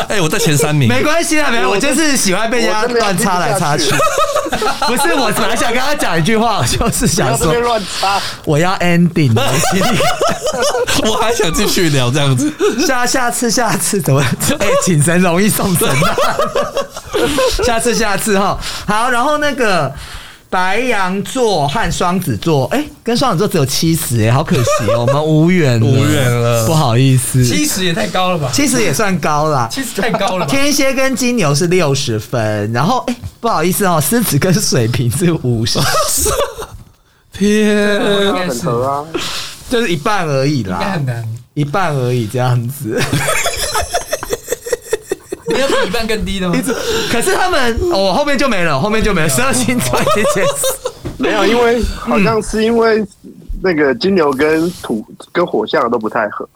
Speaker 2: 哎、我在前三 名，
Speaker 1: 没关系啊啦，没有，我就是喜欢被人家
Speaker 3: 我真的要
Speaker 1: 乱插来插去
Speaker 3: 听。
Speaker 1: 不是，我本来想跟他讲一句话，我就是
Speaker 3: 不
Speaker 1: 想
Speaker 3: 要这
Speaker 1: 说
Speaker 3: 边乱插，
Speaker 1: 我要 ending 了，请你
Speaker 2: 我还想继续聊这样子。
Speaker 1: 下下次下次怎么？哎、请神容易送神难、 下次下次哈，好，然后那个。白羊座和双子座，哎、跟双子座只有七十，哎，好可惜哦，我们无缘了，
Speaker 2: 无缘了
Speaker 1: 不好意思，
Speaker 4: 七十也太高了吧？
Speaker 1: 七十也算高啦，
Speaker 4: 七十太高了吧？
Speaker 1: 天蝎跟金牛是六十分，然后哎、不好意思哦，狮子跟水瓶是五 十，
Speaker 2: 天，
Speaker 4: 应该
Speaker 3: 很
Speaker 4: 是，
Speaker 3: 合啊。
Speaker 1: 就是一半而已
Speaker 4: 应该
Speaker 1: 啦
Speaker 4: 很，难，
Speaker 1: 一半而已这样子。
Speaker 4: 你要比一半更低的吗？
Speaker 1: 可是他们，哦，后面就没了，后面就没了，十二星座已经结束。
Speaker 3: 没有，因为好像是因为那个金牛跟土跟火象都不太合，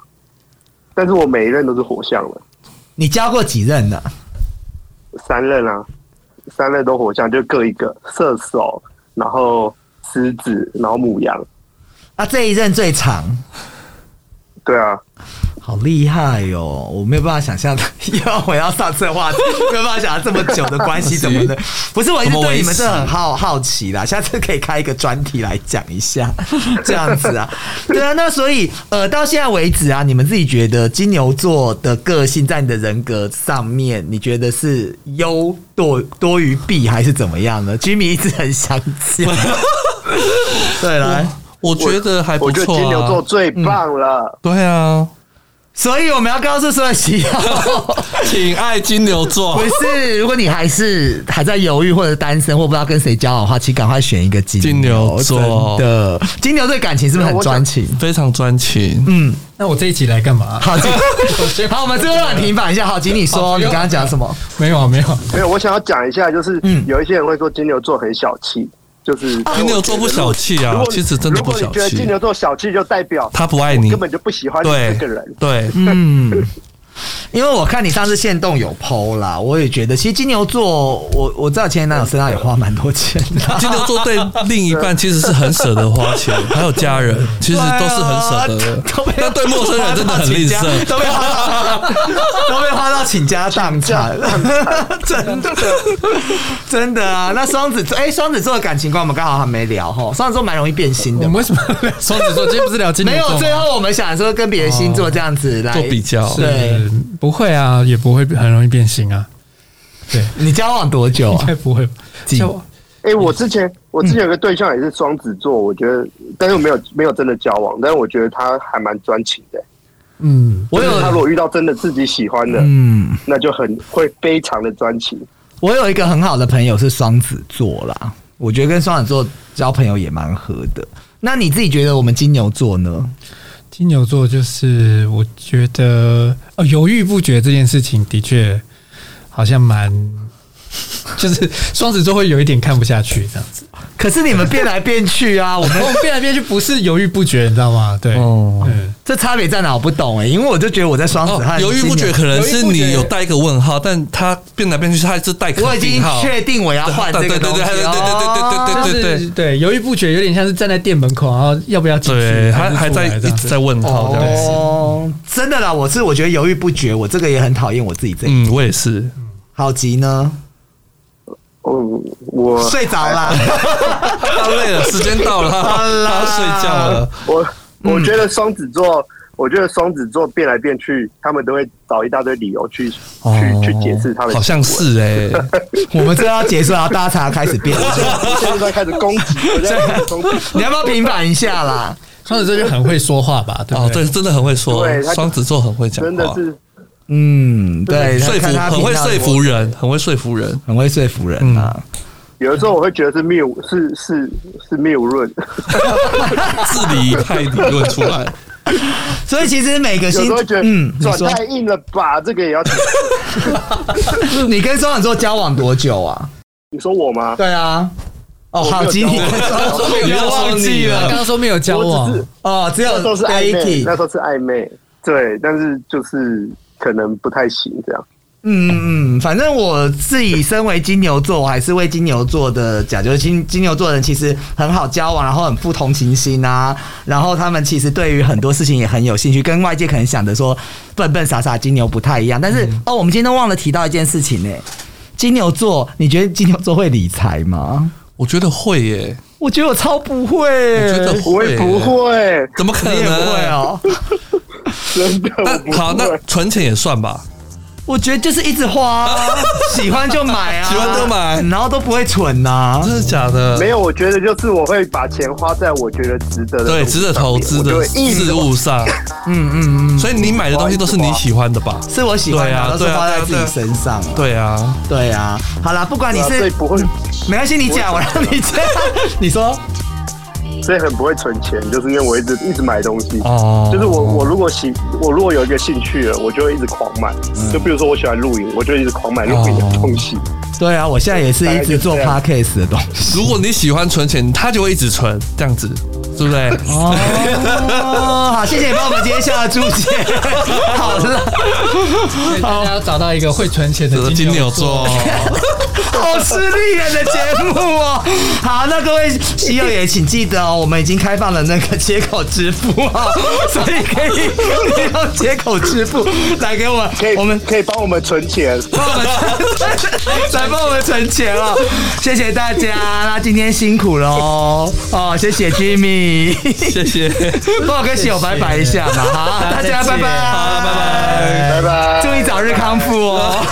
Speaker 3: 但是我每一任都是火象了，
Speaker 1: 你交过几任呢、
Speaker 3: 三任啊，三任都火象，就各一个射手，然后狮子，然后母羊，
Speaker 1: 啊，这一任最长，
Speaker 3: 对啊，
Speaker 1: 好厉害哟、哦！我没有办法想象， 又要回到上次的话题，没有办法想象这么久的关系怎么的。不是，我一直
Speaker 2: 怎么
Speaker 1: 对
Speaker 2: 维
Speaker 1: 你们
Speaker 2: 持
Speaker 1: 这很好好奇啦，下次可以开一个专题来讲一下，这样子啊。对啊，那所以呃，到现在为止啊，你们自己觉得金牛座的个性在你的人格上面，你觉得是优多多于弊还是怎么样呢？居民一直很想讲，对，来，
Speaker 2: 我觉得还不
Speaker 3: 我觉得
Speaker 2: 错、啊。
Speaker 3: 金牛座最棒了，
Speaker 2: 对啊，
Speaker 1: 所以我们要告诉所有喜好，
Speaker 2: 请爱金牛座
Speaker 1: 不。是，如果你还是还在犹豫或者单身或不知道跟谁交往的话，请赶快选一个金
Speaker 2: 金牛座
Speaker 1: 真的，金牛对感情是不是很专情？
Speaker 2: 非常专情，
Speaker 1: 嗯，
Speaker 4: 那我这一集来干嘛？
Speaker 1: 好，请
Speaker 4: 先
Speaker 1: 好，我们最后让你平反一下。好，请你说，你刚刚讲什么？
Speaker 4: 没有啊，没有啊，
Speaker 2: 嗯
Speaker 3: 没有，我想要讲一下，就是
Speaker 1: 嗯
Speaker 3: 有一些人会说金牛座很小气，就是
Speaker 2: 哦金牛座不小气
Speaker 3: 如
Speaker 2: 啊
Speaker 3: 果，
Speaker 2: 其实真的
Speaker 3: 如
Speaker 2: 不
Speaker 3: 果
Speaker 2: 小
Speaker 3: 你觉得金
Speaker 2: 气，
Speaker 3: 牛座小气，就代表
Speaker 2: 他不爱你
Speaker 3: 根，本就不喜欢你
Speaker 2: 对
Speaker 3: 这个人。
Speaker 2: 对，
Speaker 1: 嗯，因为我看你上次限动有 PO 啦，我也觉得，其实金牛座，我我知道前男友身上也花蛮多钱的，
Speaker 2: 金牛座对另一半 其实是很舍得花钱，还有家人，其实都是很舍得的。
Speaker 1: 啊
Speaker 3: 啊
Speaker 1: 都被
Speaker 2: 但对陌生人真的很吝啬
Speaker 1: 都被花到 都被花到倾家荡产，真的真的啊！那双子座，哎、双子座的感情观我们刚好还没聊哈，双子座蛮容易变心
Speaker 4: 我
Speaker 1: 的
Speaker 4: 们。为什么要聊双子座？今天不是聊金牛
Speaker 1: 没
Speaker 4: 座吗
Speaker 1: 有，最后我们想说跟别的星座这样子来
Speaker 2: 哦做比较
Speaker 1: 对
Speaker 4: 是不会啊，也不会很容易变心啊，
Speaker 1: 你交往多久
Speaker 4: 应
Speaker 1: 啊
Speaker 4: 该？不会吧。
Speaker 1: 几
Speaker 4: 像我
Speaker 3: 哎、我之前我之前有个对象也是双子座，我觉得，但是我没有没有真的交往，但是我觉得他还蛮专情的、
Speaker 4: 嗯，
Speaker 1: 我有
Speaker 3: 就是他如果遇到真的自己喜欢的，
Speaker 1: 嗯，
Speaker 3: 那就很会非常的专情。
Speaker 1: 我有一个很好的朋友是双子座啦，我觉得跟双子座交朋友也蛮合的。那你自己觉得我们金牛座呢？
Speaker 4: 金牛座就是我觉得呃犹豫不决这件事情的确好像蛮， 就是双子座会有一点看不下去这样子，
Speaker 1: 可是你们变来变去啊，我们
Speaker 4: 然后变来变去不是犹豫不决，你知道吗？对，
Speaker 2: 哦
Speaker 4: 嗯，
Speaker 1: 这差别在哪？我不懂哎、因为我就觉得我在双子
Speaker 2: 哦
Speaker 1: 和，
Speaker 2: 犹豫不决
Speaker 1: 金
Speaker 2: 可能是
Speaker 4: 犹豫
Speaker 2: 你
Speaker 4: 不决
Speaker 2: 有带一个问号，但他变来变去，他还是带
Speaker 1: 牛，我已
Speaker 2: 肯定
Speaker 1: 经
Speaker 2: 号。
Speaker 1: 确定我要换这
Speaker 2: 对
Speaker 1: 个
Speaker 2: 对
Speaker 1: 东西，
Speaker 2: 对对对对对对
Speaker 1: 哦
Speaker 4: 就是对，犹豫不决有点像是站在店门口，然后要不要进去，
Speaker 2: 对，他
Speaker 4: 不
Speaker 2: 还
Speaker 4: 出
Speaker 2: 在
Speaker 4: 来这
Speaker 2: 一
Speaker 4: 样
Speaker 2: 直
Speaker 4: 子
Speaker 2: 在问号这样子。
Speaker 1: 哦，真的啦，我是我觉得犹豫不决，我这个也很讨厌我自己这一。
Speaker 2: 嗯，我也是。
Speaker 1: 好急呢，
Speaker 3: 嗯，我
Speaker 1: 睡着 啦，
Speaker 2: 他累了，时间到了，
Speaker 1: 好
Speaker 2: 他
Speaker 1: 啦
Speaker 2: 要睡觉了。
Speaker 3: 我我觉得双子座，我觉得双子座变来变去，他们都会找一大堆理由去、去去解释他们。
Speaker 2: 好像是 哎，
Speaker 1: 我们这要结束了，大家才要开始 辩论。
Speaker 3: 现在在开始攻击，我现在开始攻击。
Speaker 1: 你要不要平反一下啦？
Speaker 4: 双子座就很会说话吧，对不
Speaker 2: 哦，
Speaker 4: 对？
Speaker 2: 对，真的很会说
Speaker 3: 对，他就
Speaker 2: 双子座很会讲
Speaker 3: 真的
Speaker 2: 话，
Speaker 3: 是
Speaker 1: 嗯，对，
Speaker 2: 说服
Speaker 1: 看他
Speaker 2: 很
Speaker 1: 频
Speaker 2: 会
Speaker 1: 道
Speaker 2: 说
Speaker 1: 有
Speaker 2: 服嗯人，很会说服人。
Speaker 1: 很会说服人啊！
Speaker 3: 有的时候我会觉得是谬，是是是谬论。
Speaker 2: 自理派理论出 来，
Speaker 1: 所以其实每个
Speaker 3: 有
Speaker 1: 星
Speaker 3: 时候会觉得
Speaker 1: 嗯，你
Speaker 3: 转
Speaker 1: 说
Speaker 3: 太硬了吧，这个也要 解释。
Speaker 1: 你跟双子座交往多久啊？
Speaker 3: 你说我吗？
Speaker 1: 对啊，哦，
Speaker 3: 我没有
Speaker 1: 好急，
Speaker 3: 交
Speaker 1: 你
Speaker 3: 往
Speaker 1: 跟双 子座
Speaker 2: 不
Speaker 1: 你
Speaker 2: 要
Speaker 1: 都忘
Speaker 2: 说
Speaker 1: 记
Speaker 2: 你
Speaker 1: 了
Speaker 2: 了
Speaker 4: 他刚刚说没有交
Speaker 3: 我
Speaker 4: 往
Speaker 3: 只是，
Speaker 1: 哦，只有
Speaker 3: 那时候是暧昧，那
Speaker 1: dating，
Speaker 3: 时候是暧昧，对，但是就是可能不太行这样。
Speaker 1: 嗯嗯，反正我自己身为金牛座，我还是为金牛座的讲，就是金金牛座人其实很好交往，然后很不同情心啊，然后他们其实对于很多事情也很有兴趣，跟外界可能想的说笨笨傻傻金牛不太一样。但是、哦，我们今天都忘了提到一件事情呢、金牛座，你觉得金牛座会理财吗？
Speaker 2: 我觉得会耶，
Speaker 1: 我觉得我超不会、
Speaker 2: 我觉得
Speaker 3: 我
Speaker 2: 会，
Speaker 3: 也不，会，
Speaker 2: 怎么可
Speaker 1: 你
Speaker 2: 能
Speaker 1: 也不会？
Speaker 2: 啊
Speaker 1: 哦。
Speaker 3: 真的我不
Speaker 2: 但好，那
Speaker 3: 会。
Speaker 2: 存钱也算吧。
Speaker 1: 我觉得就是一直花、 啊，喜欢就买啊，
Speaker 2: 喜欢就买
Speaker 1: 然后都不会啊蠢呐、
Speaker 2: 真的假的？
Speaker 3: 没有，我觉得就是我会把钱花在我觉得值得的
Speaker 2: 对，
Speaker 3: 东西
Speaker 2: 值得
Speaker 3: 上面
Speaker 2: 投资
Speaker 3: 我
Speaker 2: 的
Speaker 3: 就会一直
Speaker 2: 事 物上，
Speaker 1: 嗯嗯嗯。
Speaker 2: 所以你买的东西都是你喜欢的吧？
Speaker 1: 是我喜欢
Speaker 2: 对啊
Speaker 1: 的，都是
Speaker 2: 对啊
Speaker 1: 花在自
Speaker 2: 对啊
Speaker 1: 己身上。
Speaker 2: 对啊，
Speaker 1: 对啊，好啦，不管你
Speaker 3: 对啊所以
Speaker 1: 是，
Speaker 3: 不会，
Speaker 1: 没关系，你讲，我让你讲。 你说，
Speaker 3: 所以很不会存钱，就是因为我一直一直买东西。
Speaker 2: 哦，
Speaker 3: 就是我，我如果喜，我如果有一个兴趣了，我就会一直狂买。
Speaker 2: 嗯
Speaker 3: 就比如说我喜欢露营，我就一直狂买露营
Speaker 2: 哦
Speaker 3: 的东西。
Speaker 1: 对啊，我现在也是一直做
Speaker 3: 大
Speaker 1: podcast 的东西。
Speaker 2: 如果你喜欢存钱，他就会一直存，这样子，对不 对？
Speaker 1: 哦，好，谢谢你帮我们今天下的注 解。好了，
Speaker 4: 大家要找到一个会存钱的
Speaker 2: 金
Speaker 4: 金
Speaker 2: 牛
Speaker 4: 牛
Speaker 2: 座
Speaker 4: 座。，
Speaker 1: 好吃力人的节目哦。 好，那各位喜友也请记得哦，我们已经开放了那个接口支付哦， 所以可以利用接口支付来给我
Speaker 3: 可以，
Speaker 1: 我们
Speaker 3: 可以帮我们存钱。
Speaker 1: 帮我们来帮我们存钱哦，谢谢大家，那今天辛苦喽哦，谢谢 Jimmy，
Speaker 2: 谢谢，
Speaker 1: 帮我跟喜友拜拜一下嘛，好，大家拜拜，
Speaker 4: 好
Speaker 1: 拜
Speaker 3: 拜拜。
Speaker 1: 祝你早日康复哦。